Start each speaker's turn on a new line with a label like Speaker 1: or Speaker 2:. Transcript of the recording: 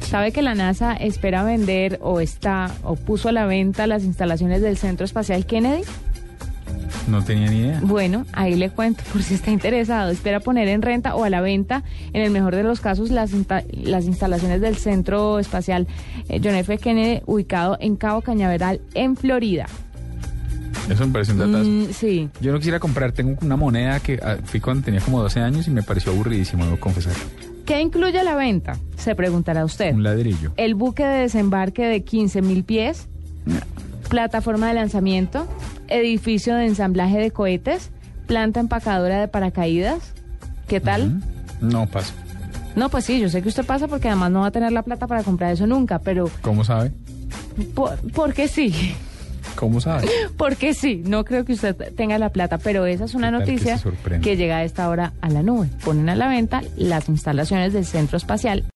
Speaker 1: Sabe que la NASA espera vender o está o puso a la venta las instalaciones del Centro Espacial Kennedy.
Speaker 2: No tenía ni idea.
Speaker 1: Bueno, ahí le cuento por si está interesado. Espera poner en renta o a la venta, en el mejor de los casos, las, insta- las instalaciones del Centro Espacial eh, John F. Kennedy, ubicado en Cabo Cañaveral, en Florida.
Speaker 2: Eso me parece un datazo.
Speaker 1: Mm, sí.
Speaker 2: Yo no quisiera comprar, tengo una moneda que ah, fui cuando tenía como 12 años y me pareció aburridísimo, debo confesar.
Speaker 1: ¿Qué incluye la venta? Se preguntará usted.
Speaker 2: Un ladrillo.
Speaker 1: El buque de desembarque de 15 mil pies, plataforma de lanzamiento, edificio de ensamblaje de cohetes, planta empacadora de paracaídas. ¿Qué tal?
Speaker 2: ¿Mm? No pasa.
Speaker 1: No, pues sí, yo sé que usted pasa porque además no va a tener la plata para comprar eso nunca, pero
Speaker 2: ¿Cómo sabe?
Speaker 1: por, porque sí,
Speaker 2: ¿Cómo sabe?
Speaker 1: porque sí, no creo que usted tenga la plata, pero esa es una
Speaker 2: ¿Qué tal que
Speaker 1: noticia
Speaker 2: se sorprende?
Speaker 1: que llega a esta hora a la nube. Ponen a la venta las instalaciones del Centro Espacial